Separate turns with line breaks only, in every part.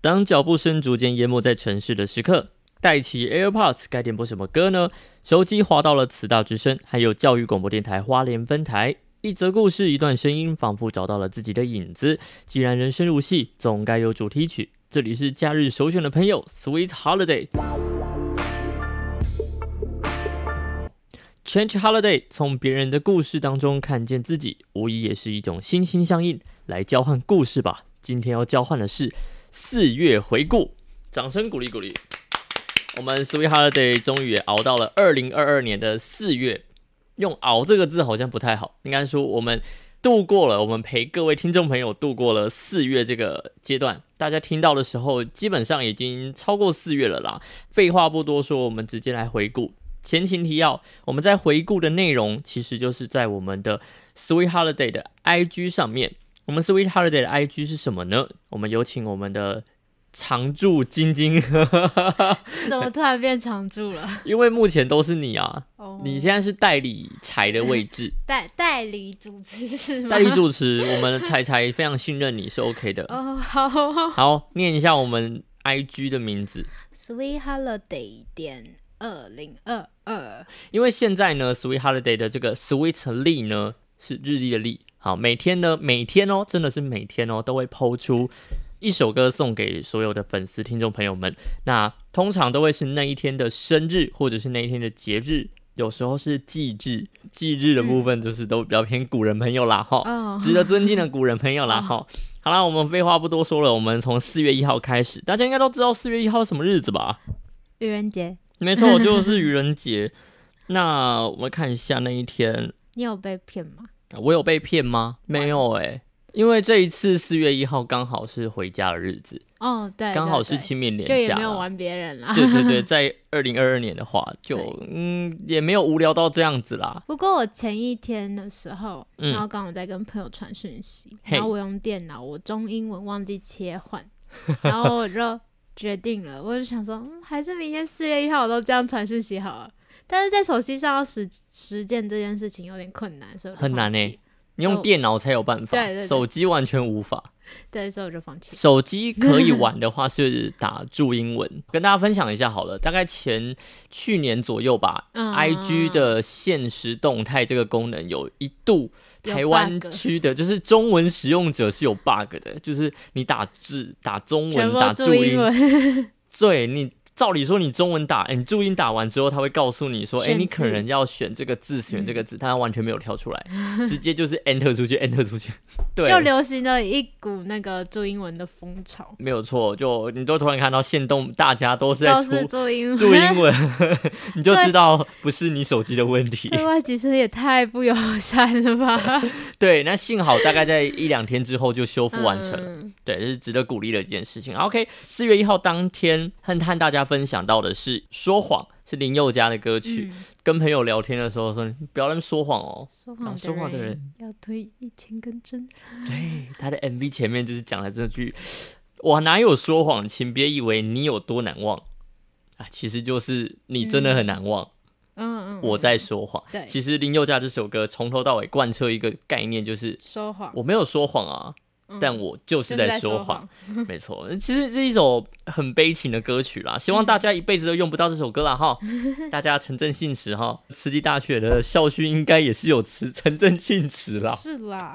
当脚步声逐渐淹没在城市的时刻，戴起 AirPods 该点播什么歌呢？手机滑到了慈大之声，还有教育广播电台花莲分台。一则故事，一段声音，仿佛找到了自己的影子。既然人生如戏，总该有主题曲。这里是假日首选的朋友，Sweet Holiday。Change Holiday 从别人的故事当中看见自己，无疑也是一种心心相印。来交换故事吧，今天要交换的是四月回顾，掌声鼓励鼓励。我们 Sweet Holiday 终于也熬到了二零二二年的四月，用“熬”这个字好像不太好，应该说我们度过了，我们陪各位听众朋友度过了四月这个阶段。大家听到的时候，基本上已经超过四月了啦。废话不多说，我们直接来回顾。前情提要，我们在回顾的内容其实就是在我们的 Sweet Holiday 的 IG 上面。我们 Sweet Holiday 的 IG 是什么呢？我们有请我们的常驻晶晶，
怎么突然变常驻了？
因为目前都是你啊，
哦
你现在是代理柴的位置，
代代理主持是吗？
代理主持，我们的柴柴非常信任你是 OK 的。
哦，好
好，念一下我们 IG 的名字，
，Sweet Holiday 点二零二二，
因为现在呢，Sweet Holiday 的这个 Sweet 历呢是日历的历，好，每天呢，每天哦，真的是每天哦，都会抛出一首歌送给所有的粉丝听众朋友们。那通常都会是那一天的生日，或者是那一天的节日，有时候是忌日。忌日的部分就是都比较偏古人朋友啦，哈、
哦，
值得尊敬的古人朋友啦，哈、好啦，我们废话不多说了，我们从四月一号开始，大家应该都知道四月一号是什么日子吧？
愚人节，
没 错，就是愚人节。那我们看一下那一天，
你有被骗吗？
我有被骗吗？没有诶、因为这一次四月一号刚好是回家的日子，
哦，对，
刚好
对
是清明
对就
连
也
假
没有
啦。
玩别人啦。
对对 对，在二零二二年的话，就
对
嗯也没有无聊到这样子啦。
不过我前一天的时候，
嗯
然后刚好在跟朋友传讯息，
嘿
然后我用电脑，我中英文忘记切换， 然后我就决定了，我就想说，嗯，还是明天四月一号我都这样传讯息好了。但是在手机上要实实践这件事情有点困难，所以我就
很难
放弃
欸你用
手
电脑才有办法，
对对对
手机完全无法。
对，所以我就放弃。
手机可 以玩的话是打注英文，跟大家分享一下好了。大概前去年左右吧、
嗯
i g 的现实动态这个功能有一度
有
台湾
bug
区的，就是中文使用者是有 bug 的，就是你打字打中
全
文
部
打
注
注
英
音，
文，
对你。照理说，你中文打，哎，你注音打完之后，他会告诉你说，哎，
选
你可
字
能要选这个字，选
嗯
这个字，但它完全没有跳出 来，直接就是 enter 出去，enter 出去，对，
就流行了一股那个注英文的风潮，
没有错，就你都突然看到现动，大家都是在
都是
出
注英文。
注英文， 你就知道不是你手机的问题。
对 外籍生也太不友善 了吧？
对，那幸好大概在一两天之后就修复完成了。
嗯
对，这是值得鼓励的一件事情。OK，四月一号当天，和和大家分享到的是《说谎》，是林宥嘉的歌曲。
嗯
跟朋友聊天的时候说，你不要在那么说谎哦。
说
啊
谎
说谎的人
要推一千根针。
对，他的 MV 前面就是讲了这句：“我哪有说谎，请别以为你有多难忘啊，其实就是你真的很难忘。
嗯嗯，
我在说谎。
对
其实林宥嘉这首歌从头到尾贯彻一个概念，就是
说谎，
我没有说谎啊，
嗯
但我就是
就是
在
在
说
谎
谎。。没错，其实是一首很悲情的歌曲啦，希望大家一辈子都用不到这首歌啦 哈。大家诚正信实哈，慈济大学的校训应该也是有慈诚正信实啦。
是啦，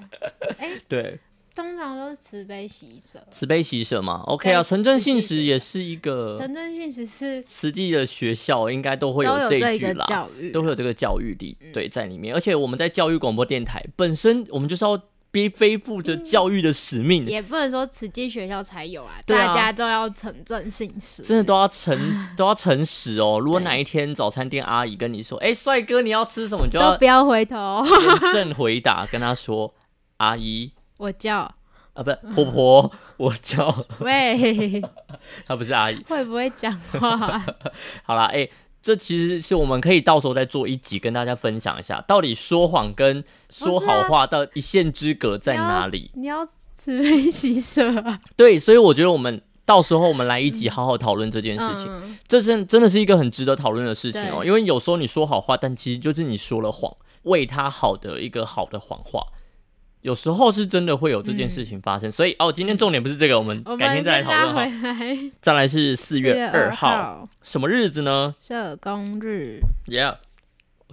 对，
通常都是慈悲喜舍。
慈悲喜舍嘛，OK
对
啊，诚正
慈济
信
学
实也是一个
陈真信只是
慈济的学校应该都呃会
都有
这一
这
句
个
啦。
教育，嗯
都会有这个教育力对在里面。而且我们在教育广播电台本身，我们就是要背背负
嗯
着教育的使命，
也不能说慈济学校才有啊，
对啊
大家都要诚正信实。
真的都要诚都要诚实哦。如果
对
哪一天早餐店阿姨跟你说：“哎、帅哥，你要吃什么？”你就
都
要
不要回头。
严正回答，跟他说：“阿姨
我叫
啊，不，
嗯
婆婆，我叫
喂，
她不是阿姨。
会不会讲话？”
好啦，哎、这其实是我们可以到时候再做一集，跟大家分享一下，到底说谎跟说
不是啊
好话到一线之隔在
你要
哪里？
你要慈悲喜舍啊！
对，所以我觉得我们到时候我们来一集好好讨论这件事情，
嗯，
这是真的是一个很值得讨论的事情哦。
对
因为有时候你说好话，但其实就是你说了谎，为他好的一个好的谎话。有时候是真的会有这件事情发生，所以哦，今天重点不是这个，我们
嗯我
改
们
天再来
先
讨
拉
论哈。
回来。
再来是四月二
二
号，什么日子呢
社工日，
？Yeah，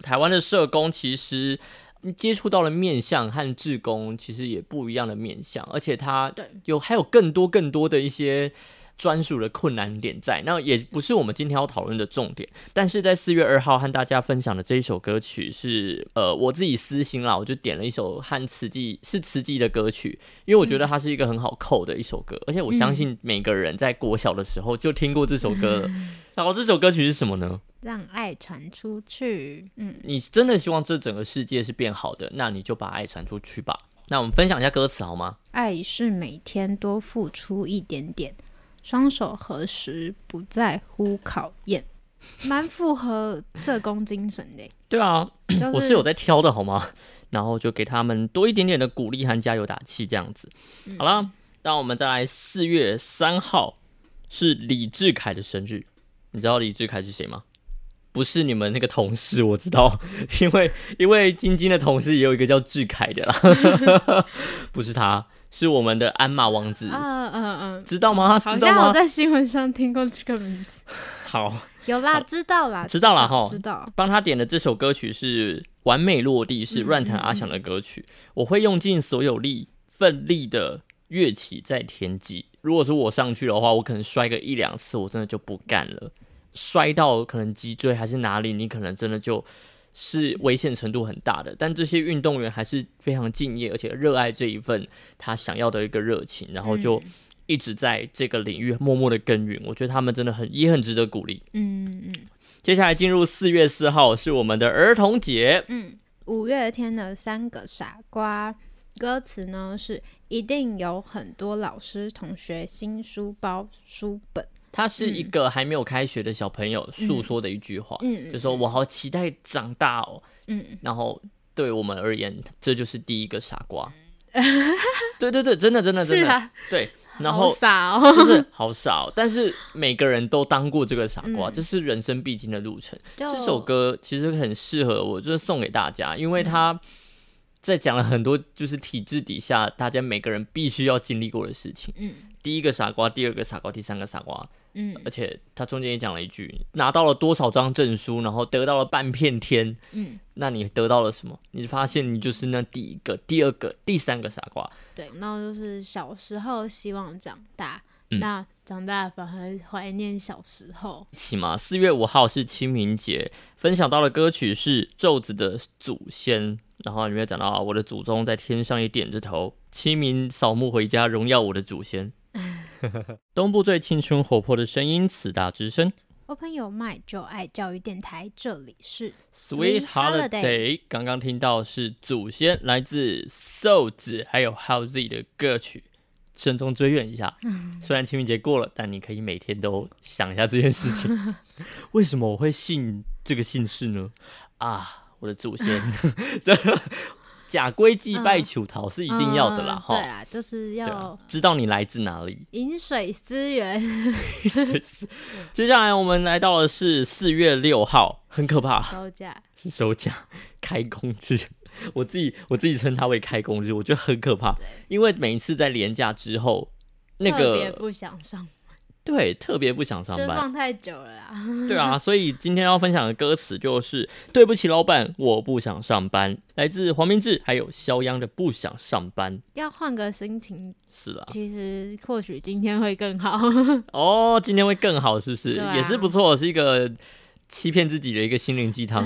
台湾的社工其实嗯接触到了面向和志工其实也不一样的面向，而且它
对
有还有更多更多的一些专属的困难点在，那也不是我们今天要讨论的重点。但是在四月二号和大家分享的这一首歌曲是，呃，我自己私心啦，我就点了一首和慈济是慈济的歌曲，因为我觉得它是一个很好扣的一首歌，而且我相信每个人在国小的时候就听过这首歌了。然后这首歌曲是什么呢？
让爱传出去。嗯，
你真的希望这整个世界是变好的，那你就把爱传出去吧。那我们分享一下歌词好吗？
爱是每天多付出一点点，双手合十，不在乎考验，蛮符合社工精神的 欸。
对啊，
就是
我是有在挑的好吗？然后就给他们多一点点的鼓励和加油打气，这样子。
嗯
好啦，那我们再来四月三号是李志凯的生日，你知道李志凯是谁吗？不是你们那个同事，我知道， 因为因为晶晶的同事也有一个叫志凯的啦， 不是他，是我们的鞍马王子，
嗯嗯嗯，
知道吗？
好
知道
像我
吗？
在新闻上听过这个名字。
好，
有啦，知道啦，
知道啦吼
知道。
帮他点的这首歌曲是《完美落地》，是
嗯
乱弹阿翔的歌曲。我会用尽所有力，奋力的跃起再田击。如果是我上去的话，我可能摔个一两次，我真的就不干了。摔到可能脊椎还是哪里，你可能真的就是危险程度很大的。但这些运动员还是非常敬业，而且热爱这一份他想要的一个热情，然后
嗯
就一直在这个领域默默的耕耘。我觉得他们真的很也很值得鼓励。
嗯嗯嗯
接下来进入四月四号是我们的儿童节，
嗯，五月天的《三个傻瓜》歌词呢是一定有很多老师、同学、新书包、书本。
他是一个还没有开学的小朋友诉说的一句话，
嗯，
就说我好期待长大哦。
嗯嗯
然后对我们而言，这就是第一个傻 瓜。对对对，真的真的真
是
的，
啊，
对。然
好
后
傻 哦，
就是好傻、哦，但是每个人都当过这个傻瓜，
嗯
这是人生必经的路程。
这
这首歌其实很适合我，就是送给大家，因为
嗯
它在讲了很多就是体制底下大家每个人必须要经历过的事情。
嗯
第一个傻瓜，第二个傻瓜，第三个傻瓜，
嗯
而且他中间也讲了一句，拿到了多少张证书，然后得到了半片天，
嗯，
那你得到了什么？你发现你就是那第一个、第二个、第三个傻瓜，
对，然后就是小时候希望长大，
嗯
那长大反而怀念小时候。
一起嘛。四月五号是清明节，分享到的歌曲是宙子的《祖先》，然后里面讲到、啊、我的祖宗在天上也点着头，清明扫墓回家，荣耀我的祖先。东部最青春活泼的声音，此大之声。
Open Your Mind 就爱教育电台，这里是
Sweet
Sweet Holiday
Holiday，刚刚听到是祖先来自瘦子还有 Howzy 的歌曲，慎重追远一 下。虽然清明节过了，但你可以每天都想一下这件事 情。为什么我会信这个姓氏呢？啊，我的祖先， 这假规祭拜求桃是一定要的啦，
嗯
哈、
对啦，就是
对啊
要，
知道你来自哪里。
饮水思源。
接下来我们来到的是四月六号，很可怕。
收假，
是收假开工日， 我自己我自己称它为开工日，我觉得很可怕，因为每一次在连假之后，那
特别
个
不想上，
对特别不想上
就
班，
放太久了啦。
对啊，所以今天要分享的歌词就是“对不起，老板，我不想上班”，来自黄明志还有肖央的《不想上班》。
要换个心情，
是啦，
其实或许今天会更好。
哦，今天会更好，是不是？
对啊
也是不错，是一个欺骗自己的一个心灵鸡 汤。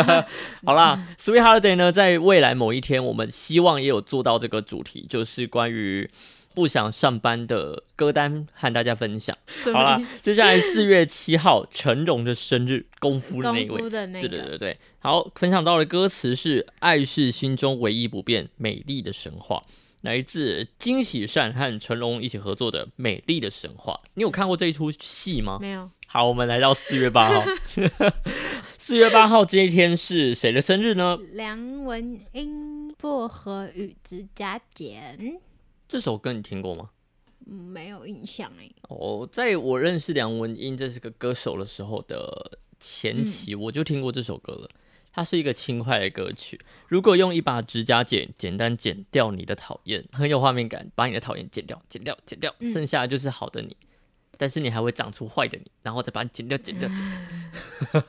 好啦，Sweet Holiday 呢，在未来某一天，我们希望也有做到这个主题，就是关于不想上班的歌单和大家分享。
什
好
么
啦
意思？，
接下来四月七号，陈荣的生日，功夫的那
功
一位
夫。的那
对对
个，
对对，好，分享到的歌词是“爱是心中唯一不变美丽的神话”，来自金喜善和成龙一起合作的《美丽的神话》。你有看过这一出戏吗？
没有
好，我们来到四月八 号，四月八号这一天是谁的生日呢？
梁文音《薄荷与指甲剪》
这首歌你听过吗？
嗯，没有印象哎。
哦，在我认
嗯
识梁文音这是个歌手的时候的前期，我就听过这首歌了。它是一个轻快的歌曲。如果用一把指甲剪，简单剪掉你的讨厌，很有画面感，把你的讨厌剪掉，剪掉，剪掉，
嗯
剩下的就是好的你。但是你还会长出坏的你，然后再把你剪掉，剪掉，剪掉。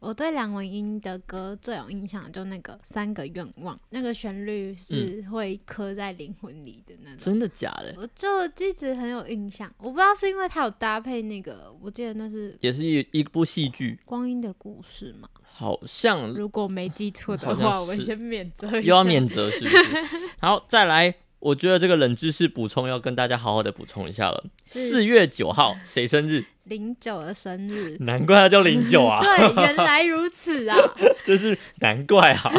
我对梁文音的歌最有印象就那个《三个愿望》，那个旋律是
嗯
会刻在灵魂里的那种，
真的假的？
我就一直很有印象。我不知道是因为它有搭配那个，我记得那是《
也是一一部戏剧，
光阴的故事》嘛，
好像
如果没记错的
嗯好
话，
像是
我先免责一下。
又要免责是不是？好，再来，我觉得这个冷知识补充要跟大家好好的补充一下了。
是
四月九号谁生日？。
零九的生日
难怪他叫零九啊，
对，原来如此啊！
就是难怪 啊，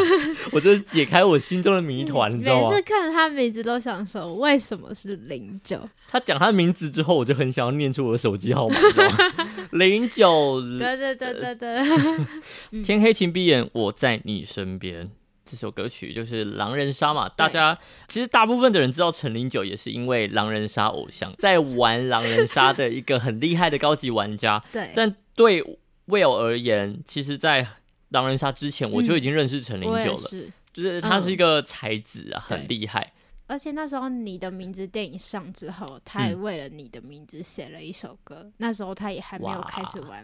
我就是解开我心中的谜团， 你知道
每
吗
次？看他名字都想说，为什么是零九？
他讲他名字之后，我就很想要念出我的手机号码，你知道 吗？零九
对嗯对对
呃
对 对，
天黑请闭眼，我在你身边。这首歌曲就是《狼人杀》嘛，大家其实大部分的人知道陈零九也是因为《狼人杀》偶 像，在玩《狼人杀》的一个很厉害的高级玩家。
对，
但对 Will 而言，其实，在《狼人杀》之前我就已经认识陈零
嗯我
九
也
了，
是。
就是他是一个才子啊，
嗯
很厉害。
而且那时候你的名字电影上之后，他
嗯
也为了你的名字写了一首歌。那时候他也还没有
哇
开始玩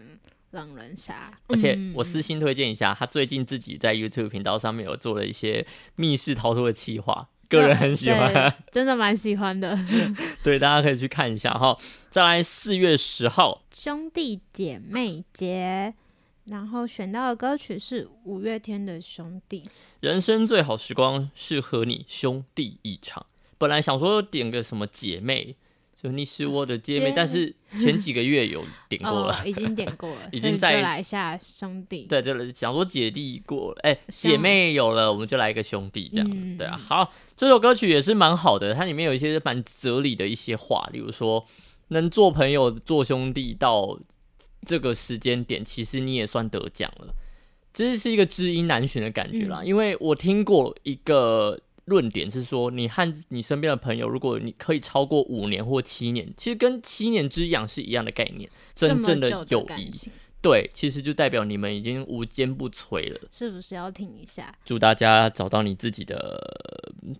狼人杀，
而且
嗯
我私心推荐一下，他最近自己在 YouTube 频道上面有做了一些密室逃脱的企划，个人很喜欢。，
对真的蛮喜欢的。
对，大家可以去看一下哈。再来，四月十号，
兄弟姐妹节，然后选到的歌曲是五月天的《兄弟
人生最好时光是和你兄弟一场。本来想说点个什么姐妹，就你是我的 姐妹，
姐
但是前几个月有点》过
哦
了。，
已经点过了，
已
所
经
以就
在
来一下兄弟。
对，就是想说姐弟过了，哎、
像
姐妹有了，我们就来一个兄弟这样子，
嗯
对啊。好，这首歌曲也是蛮好的，它里面有一些蛮哲理的一些话，例如说能做朋友、做兄弟到这个时间点，其实你也算得奖了，这是一个知音难寻的感觉啦。
嗯
因为我听过一个论点是说，你和你身边的朋友，如果你可以超过五年或七年，其实跟七年之痒是一样的概念，真正
这么久
友
的
谊
感。情，
对，其实就代表你们已经无坚不摧了。
是不是要听一下？
祝大家找到你自己的，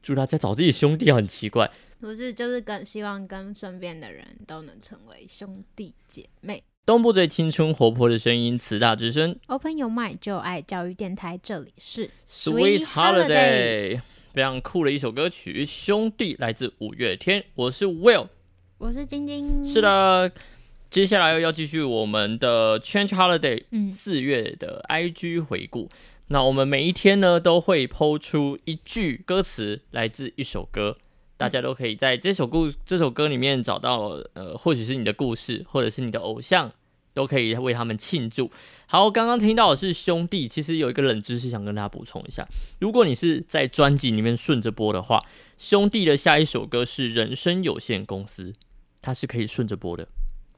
祝大家找自己兄弟啊很奇怪。
不是，就是跟希望跟身边的人都能成为兄弟姐妹。
东部最青春活泼的声音，慈大之声
Open Your Mind 就爱教育电台，这里是
，Sweet Holiday，非常酷的一首歌曲，《兄弟》来自五月天，我是 Will，
我是晶晶。
是，的。接下来要继续我们的 Change Holiday
嗯，
四月的 IG 回顾。那我们每一天呢都会抛出一句歌词来自一首歌，大家都可以在这首故这首歌里面找到呃，或许是你的故事，或者是你的偶像，都可以为他们庆祝。好，刚刚听到的是兄弟，其实有一个冷知识想跟大家补充一下，如果你是在专辑里面顺着播的话，兄弟的下一首歌是《人生有限公司》，它是可以顺着播的。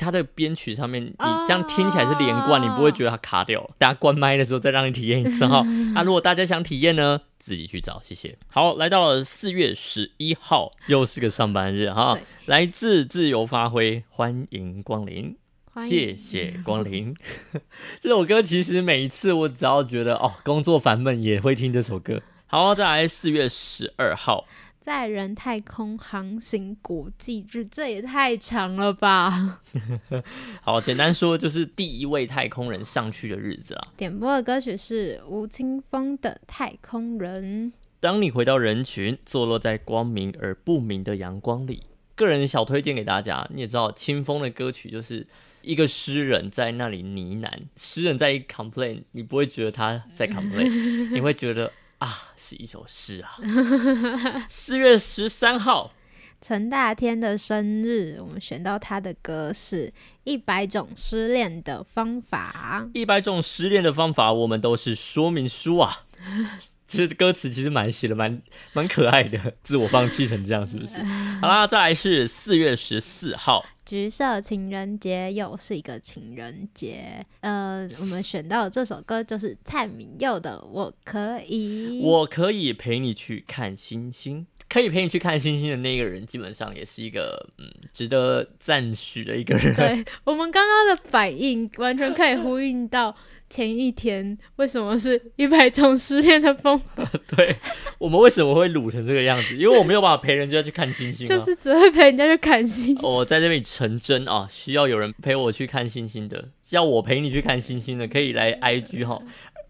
它的编曲上面，你这样听起来是连贯，你不会觉得它卡掉了。大家关麦的时候再让你体验一次哈。那、如果大家想体验呢，自己去找，谢谢。好，来到了四月十一号，又是个上班日哈
对。
来自自由发挥，欢迎光临，
欢
谢
迎
谢光临。 这首歌其实每一次我只要觉得哦工作烦闷，也会听这首歌。好，再来四月十二号，
载人太空航行国际日，这也太长了吧！
好，简单说就是第一位太空人上去的日子啊啦。
点播的歌曲是吴青峰的《太空人》。
当你回到人群，坐落在光明而不明的阳光里。个人小推荐给大家，你也知道清风的歌曲就是一个诗人在那里呢喃，诗人在 complain，你不会觉得他在 complain，你会觉得啊是一首诗啊。四月十三号，
陈大天的生日，我们选到他的歌是《一百种失恋的方法》。
一百种失恋的方法，我们都是说明书啊。这歌词其实蛮写的蛮蛮可爱的，自我放弃成这样是不是？好啦，再来是四月十四号，
橘色情人节又是一个情人节，呃，我们选到的这首歌就是蔡敏佑的《我可以》。
我可以陪你去看星星。可以陪你去看星星的那个人，基本上也是一个嗯值得赞许的一个人。
对我们刚刚的反应，完全可以呼应到前一天为什么是一百种失恋的风，
对我们为什么会卤成这个样子？因为我没有办法陪人家去看星星、啊。 哦
就是哦只会陪人家去看星星。
我在这里成真啊，需要有人陪我去看星星的，要我陪你去看星星的，可以来 IG 哈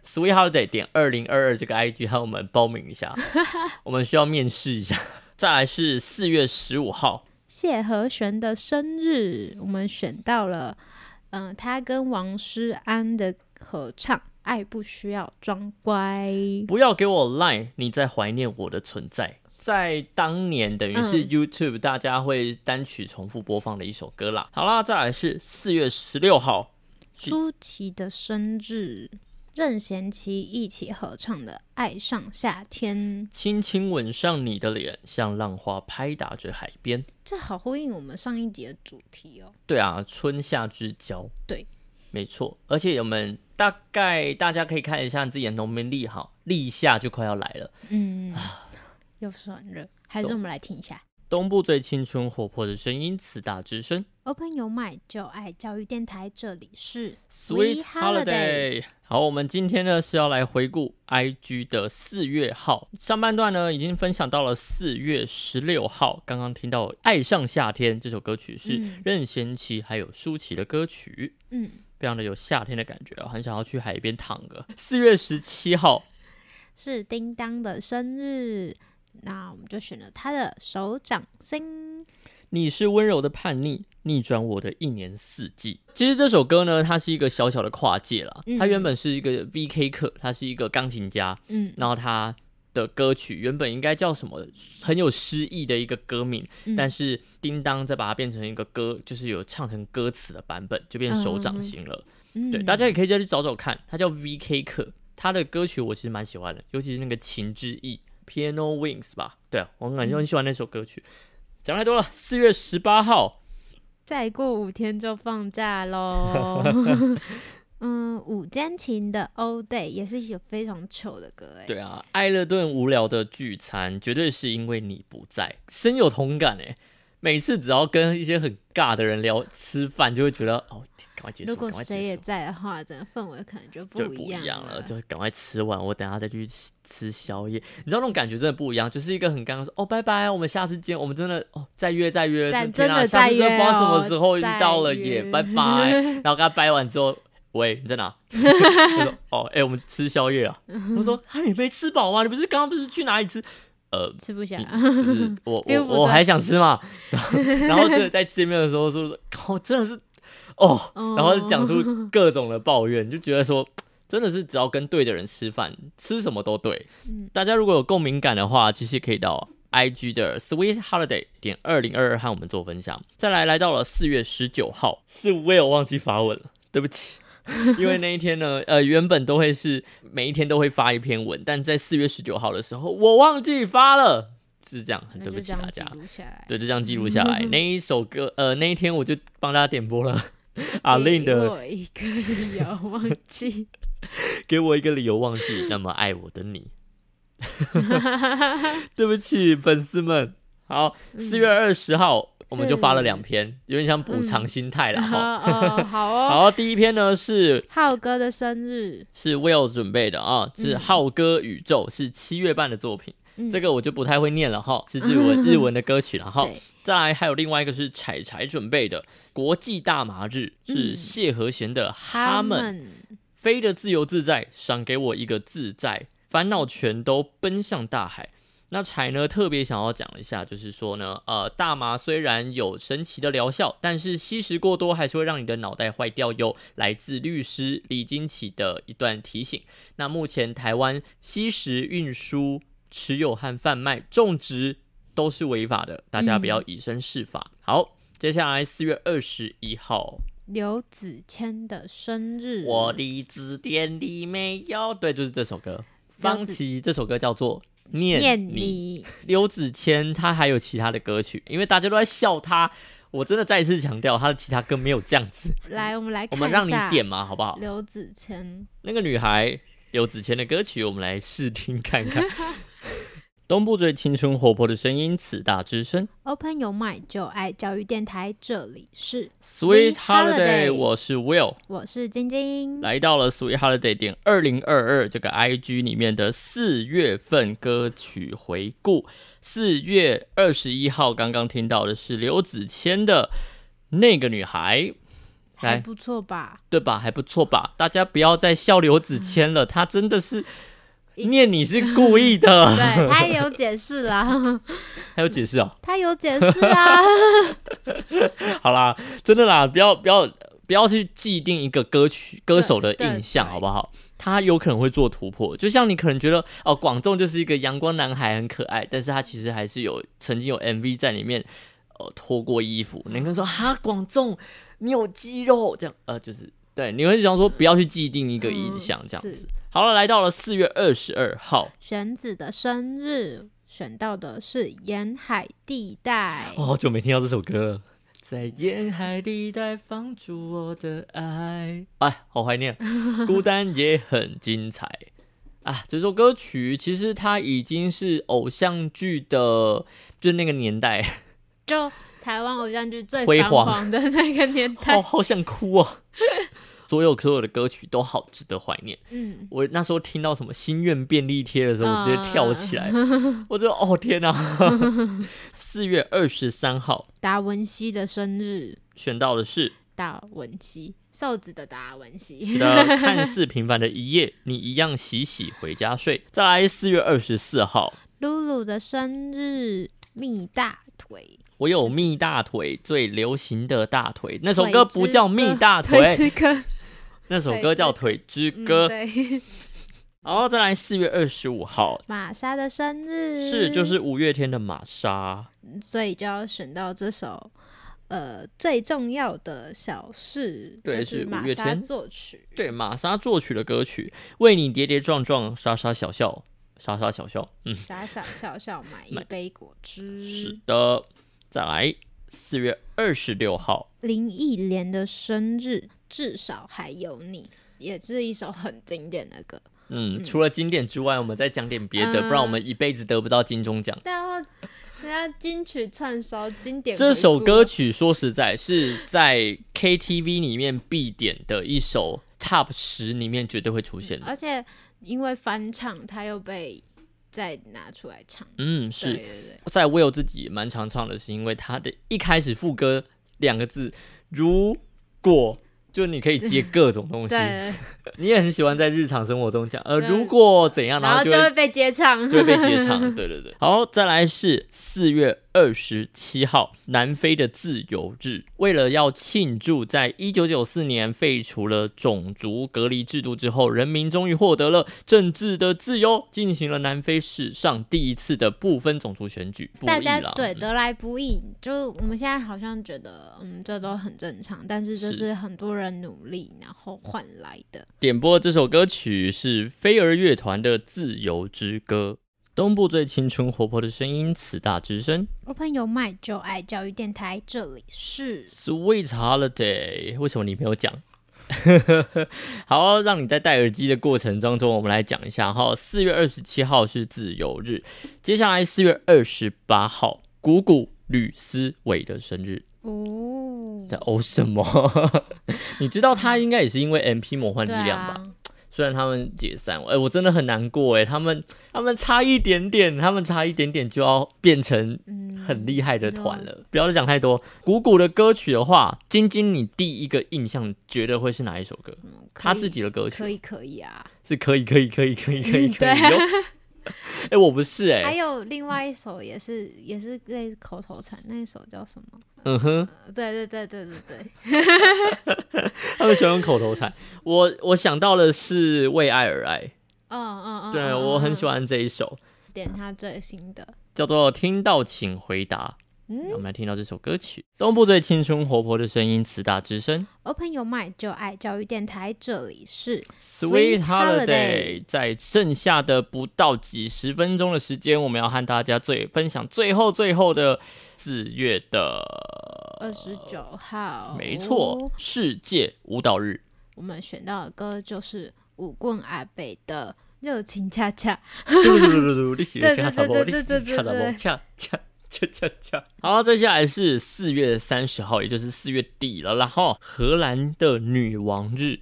，Sweet Holiday 点二零二二这个 IG 和我们报名一 下，我们需要面试一下。再来是四月十五号，
谢和弦的生日，我们选到了，嗯、他跟王诗安的合唱《爱不需要装乖》。
不要给我 line，你在怀念我的存在。在当年，等于是
嗯
YouTube 大家会单曲重复播放的一首歌啦。好啦，再来是四月十六号，
舒淇的生日，任贤齐一起合唱的《爱上夏天》，
轻轻吻上你的脸，像浪花拍打着海边。
这好呼应我们上一集的主题哦。
对啊，春夏之交。
对，
没错。而且我们大概大家可以看一下自己的农民历哈，立夏就快要来了。
嗯， 又是很热，还是我们来听一下。
东部最青春活泼的声音，四大之声
Open Your Mind 就爱教育电台，这里是
Sweet
Sweet Holiday
Holiday。好，我们今天呢是要来回顾 IG 的四月号上半段呢，已经分享到了四月十六号。刚刚听到《爱上夏天》这首歌曲是
嗯
任贤齐还有舒淇的歌曲，
嗯，
非常的有夏天的感觉啊，很想要去海边躺个。四月十七号，
是叮当的生日，那我们就选了他的手掌心。
你是温柔的叛逆，逆转我的一年四季。其实这首歌呢，它是一个小小的跨界啦。
嗯
它原本是一个 VK 课，他是一个钢琴家，
嗯
然后他的歌曲原本应该叫什么很有诗意的一个歌名，
嗯
但是叮当再把它变成一个歌，就是有唱成歌词的版本，就变手掌心了。
嗯
对，大家也可以再去找找看，它叫 VK 课，它的歌曲我其实蛮喜欢的，尤其是那个《情之翼》（Piano Wings） 吧，对啊我
嗯
感觉很喜欢那首歌曲。讲太多了，四月十八号，
再过五天就放 假喽。 嗯，午间情的《All Day》也是一首非常糗的歌哎。
对啊，艾勒顿无聊的聚餐，绝对是因为你不在，深有同感哎。每次只要跟一些很尬的人聊吃饭，就会觉得哦，赶快结束，
如果
赶快
谁
结
也
束，
在的话，整个氛围可能就
就
一
一样
了。
就是赶快吃完，我等下再去吃吃宵夜。你知道那种感觉真的不一样，就是一个很尴尬说哦，拜拜，我们下次见，我们真的哦，再约再约，
再
天啊
真的
下次
再约
不知道什么
哦
时候遇到了
再
耶，
约
拜拜。然后跟他掰完之后，喂，你在哪？ 他说哦，哎、我们吃宵夜啊。我说啊，你没吃饱吗？你不是刚刚不是去哪里吃？呃，
吃不下，
就是我
feel
我
啊不
我
到
还想吃嘛， 然后然后真的在见面的时候说，靠，真的是哦，
哦
然后讲出各种的抱怨，就觉得说。真的是只要跟对的人吃饭，吃什么都对。
嗯
大家如果有共鸣感的话，其实可以到 I G 的 Sweet Holiday 点二零二二和我们做分享。再来，来到了四月十九号，是 Will 忘记发文了，对不 起。因为那一天呢， 呃，原本都会是每一天都会发一篇文，但在四月十九号的时候，我忘记发了，是这样，很嗯
那
对不
就
起
这
大
样记
家。
录下来。
对，就这样记录下 来。那一首歌，呃，那一天我就帮大家点播了阿令
给
的《
我一个理由忘记，
给我一个理由忘记那么爱我的 你》。对不起，粉丝们。好，
嗯
四月二十号、我们就发了两篇，有点像补偿心态啦。哈、
哦，好哦。
好，第一篇呢是
浩哥的生日，
是 Will 准备的啊，是《
嗯
浩歌宇宙》，是七月半的作品。
嗯
这个我就不太会念了哈，是日 文日文的歌曲了哈
对。
再来还有另外一个是彩彩准备的国际大麻日，是
嗯
谢和弦的《哈们》飞得自由自在，赏给我一个自在，烦恼全都奔向大海。那彩呢特别想要讲一下，就是说呢，呃，大麻虽然有神奇的疗效，但是吸食过多还是会让你的脑袋坏掉哟。来自律师李金奇的一段提醒。那目前台湾吸食、运输、持有和贩卖、种植都是违法的，大家不要以身试法。好，接下来四月二十一号，
刘子谦的生日，
我的字典里没有，对，就是这首歌。
子
方琦这首歌叫做《
念
念你》，
你，
刘子谦他还有其他的歌曲，因为大家都在笑他，我真的再次强调，他的其他歌没有这样子。
来，我们来
我
看
们
一
让你
下
点嘛，好不好？
刘子谦，
那个女孩刘子谦的歌曲，我们来试听看看。 东部最青春活泼的声音，此大之声。
Open Your Mind 就爱教育电台，这里是
Sweet
Holiday
Holiday，我是 Will，
我是晶晶，
来到了 Sweet Holiday 点二零二二这个 IG 里面的四月份歌曲回顾。四月二十一号刚刚听到的是刘子谦的那个女孩，
还
来
不错吧？
对吧？还不错吧？大家不要再笑刘子谦了，他真的是念你是故意
对
的。
他也有解释啦，
还有解释哦。
他有解释啊，
好啦，真的啦，不要不要不要去既定一个歌曲歌手的
对对
印象，
对
好不好？他有可能会做突破，就像你可能觉得哦，广仲就是一个阳光男孩，很可爱，但是他其实还是有曾经有 MV 在里面，呃，脱过衣服，
嗯
你跟说哈，广仲你有肌肉，这样呃，就是对，你会想说不要去既定一个印象，这样
嗯
子。好了，来到了四月二十二号，
玄子的生日选到的是沿海地带，
我、好久没听到这首歌了。在沿海地带放逐我的爱，哎，好怀 念，孤单也很精彩啊！这首歌曲其实它已经是偶像剧的，就是那个年代，
就台湾偶像剧最
辉
繁
煌
煌的那个年代
好，好想哭 哦。所有所有的歌曲都好值得怀念。
嗯，
我那时候听到什么《心愿便利贴》的时候，我直接跳起 来，我就哦天哪、 四月二十三号
达文西的生日，
选到的是
达文西，瘦子的达文
是
西，
的，看似平凡的一夜，你一样洗洗回家睡。再来四月二十四号，
露露的生日，蜜大腿，
我有
就是
蜜大腿，最流行的大腿。那首
腿
歌不
之
叫蜜
歌
大
腿
腿，
之歌，
那首
腿
歌
之
叫
歌
腿之
嗯
歌。
对，
然后再来四月二十五号，
玛莎的生日
是就是五月天的玛莎。
所以就要选到这首呃最重要的小事，
对
就是
五
玛
月
莎
天
作曲。
对玛莎作曲的歌曲，为你跌跌撞撞，傻傻小笑，傻傻小笑。嗯，
傻傻笑笑买一
买
杯果汁。
是的。再来四月二十六号，
林忆莲的生日，至少还有你，也是一首很经典的歌。
嗯，除了经典之外，我们再讲点别的，
嗯
不然我们一辈子得不到金钟奖。
然后，人家金曲串烧经典回顾，
这首歌曲说实在是在 KTV 里面必点的一首 Top 十里面绝对会出现的。
而且因为翻唱，它又被再拿出来唱。
嗯，
呃对
是
对对，
在 Will 自己也蛮常唱的，是因为他的一开始副歌两个字“如果”，就你可以 接各种东西，
对，
你也很喜欢在日常生活中讲呃
对
如果怎样，
然
后
后
就
就
会
会被接唱，
就会被接唱。对对对，好，再来是四月二十七号，南非的自由日。为了要庆祝，在一九九四年废除了种族隔离制度之后，人民终于获得了政治的自由，进行了南非史上第一次的不分种族选举。不
大
易
家
啦
对
嗯
得来不易，就我们现在好像觉得，嗯，这都很正常，但是这
是
是很多人努力然后换来的。
点播这首歌曲是飞儿乐团的《自由之歌》。东部最青春活泼的声音，此大之声。
Open Your Mind 就爱教育电台，这里是
Sweet Holiday，为什么你没有讲？ 好，让你在戴耳机的过程当中，我们来讲一下哈。四月二十七号是自由日，接下来四月二十八号，谷谷吕思伟的生日。
哦，
在哦什么？ 你知道他应该也是因为 M P 魔幻力
对
量吧？
啊，
虽然他们解散，哎、我真的很难过哎、他们他们差一点点，他们差一点点就要变成
嗯，
很厉害的
你说
团了，不要再讲太多。鼓鼓的歌曲的话，晶晶，你第一个印象觉得会是哪一首歌？
嗯
他自己的歌
可
曲
以可以可以啊。
是可以，可以，可以， 可以， 可以，可
对啊
以。哟哎、我不是哎、
还有另外一首也是也是类似口头禅，那一首叫什么？
嗯哼，
呃对对对对对对，
他们喜欢用口头禅。我我想到的是《为爱而爱
嗯嗯》，嗯，
对
嗯
我很喜。
嗯
欢这一首，
嗯点他最新的，
叫做《听到请回答》。
嗯
那我们来听到这首歌曲，东部最青春活泼的声音，慈大之声。
Open Your Mind 就爱教育电台，这里是
Sweet
Sweet
Holiday，
Holiday
在剩下的不到几十分钟的时间，我们要和大家最分享最后最后的四月的，
二十九号，
呃没错，， 世界舞蹈日。
我们选到的歌就是舞棍阿北的《热情恰恰，
嘟嘟嘟嘟嘟，你喜欢
对
恰
对
恰不？
对
你
对
喜欢恰
对
恰
对对
不？恰恰。恰恰恰，好，再下来是四月三十号，也就是四月底了啦，然后荷兰的女王日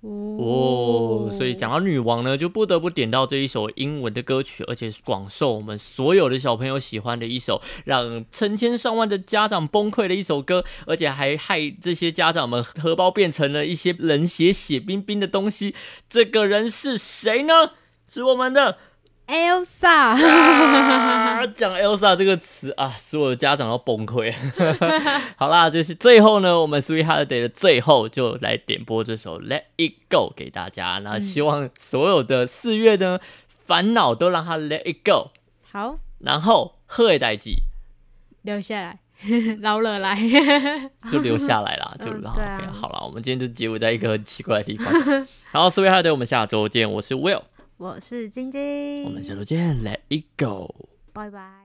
哦，所以讲到女王呢，就不得不点到这一首英文的歌曲，而且是广受我们所有的小朋友喜欢的一首，让成千上万的家长崩溃的一首歌，而且还害这些家长们荷包变成了一些冷血、血冰冰的东西。这个人是谁呢？是我们的
Elsa，
啊，讲 Elsa 这个词啊，所有的家长都崩溃。 好啦，就是最后呢，我们 Sweet Holiday 的最后就来点播这首 Let It Go 给大家。那
嗯
希望所有的四月呢，烦恼都让它 Let It Go，
好，
然后喝也代记
留下来， 老了来，
就留下来啦，就、
嗯
好
对啊
OK，好啦，我们今天就结尾在一个很奇怪的地方。然后 Sweet Holiday，我们下周见，我是 Will，
我是晶晶，
我们下周见，Let It Go。
拜拜。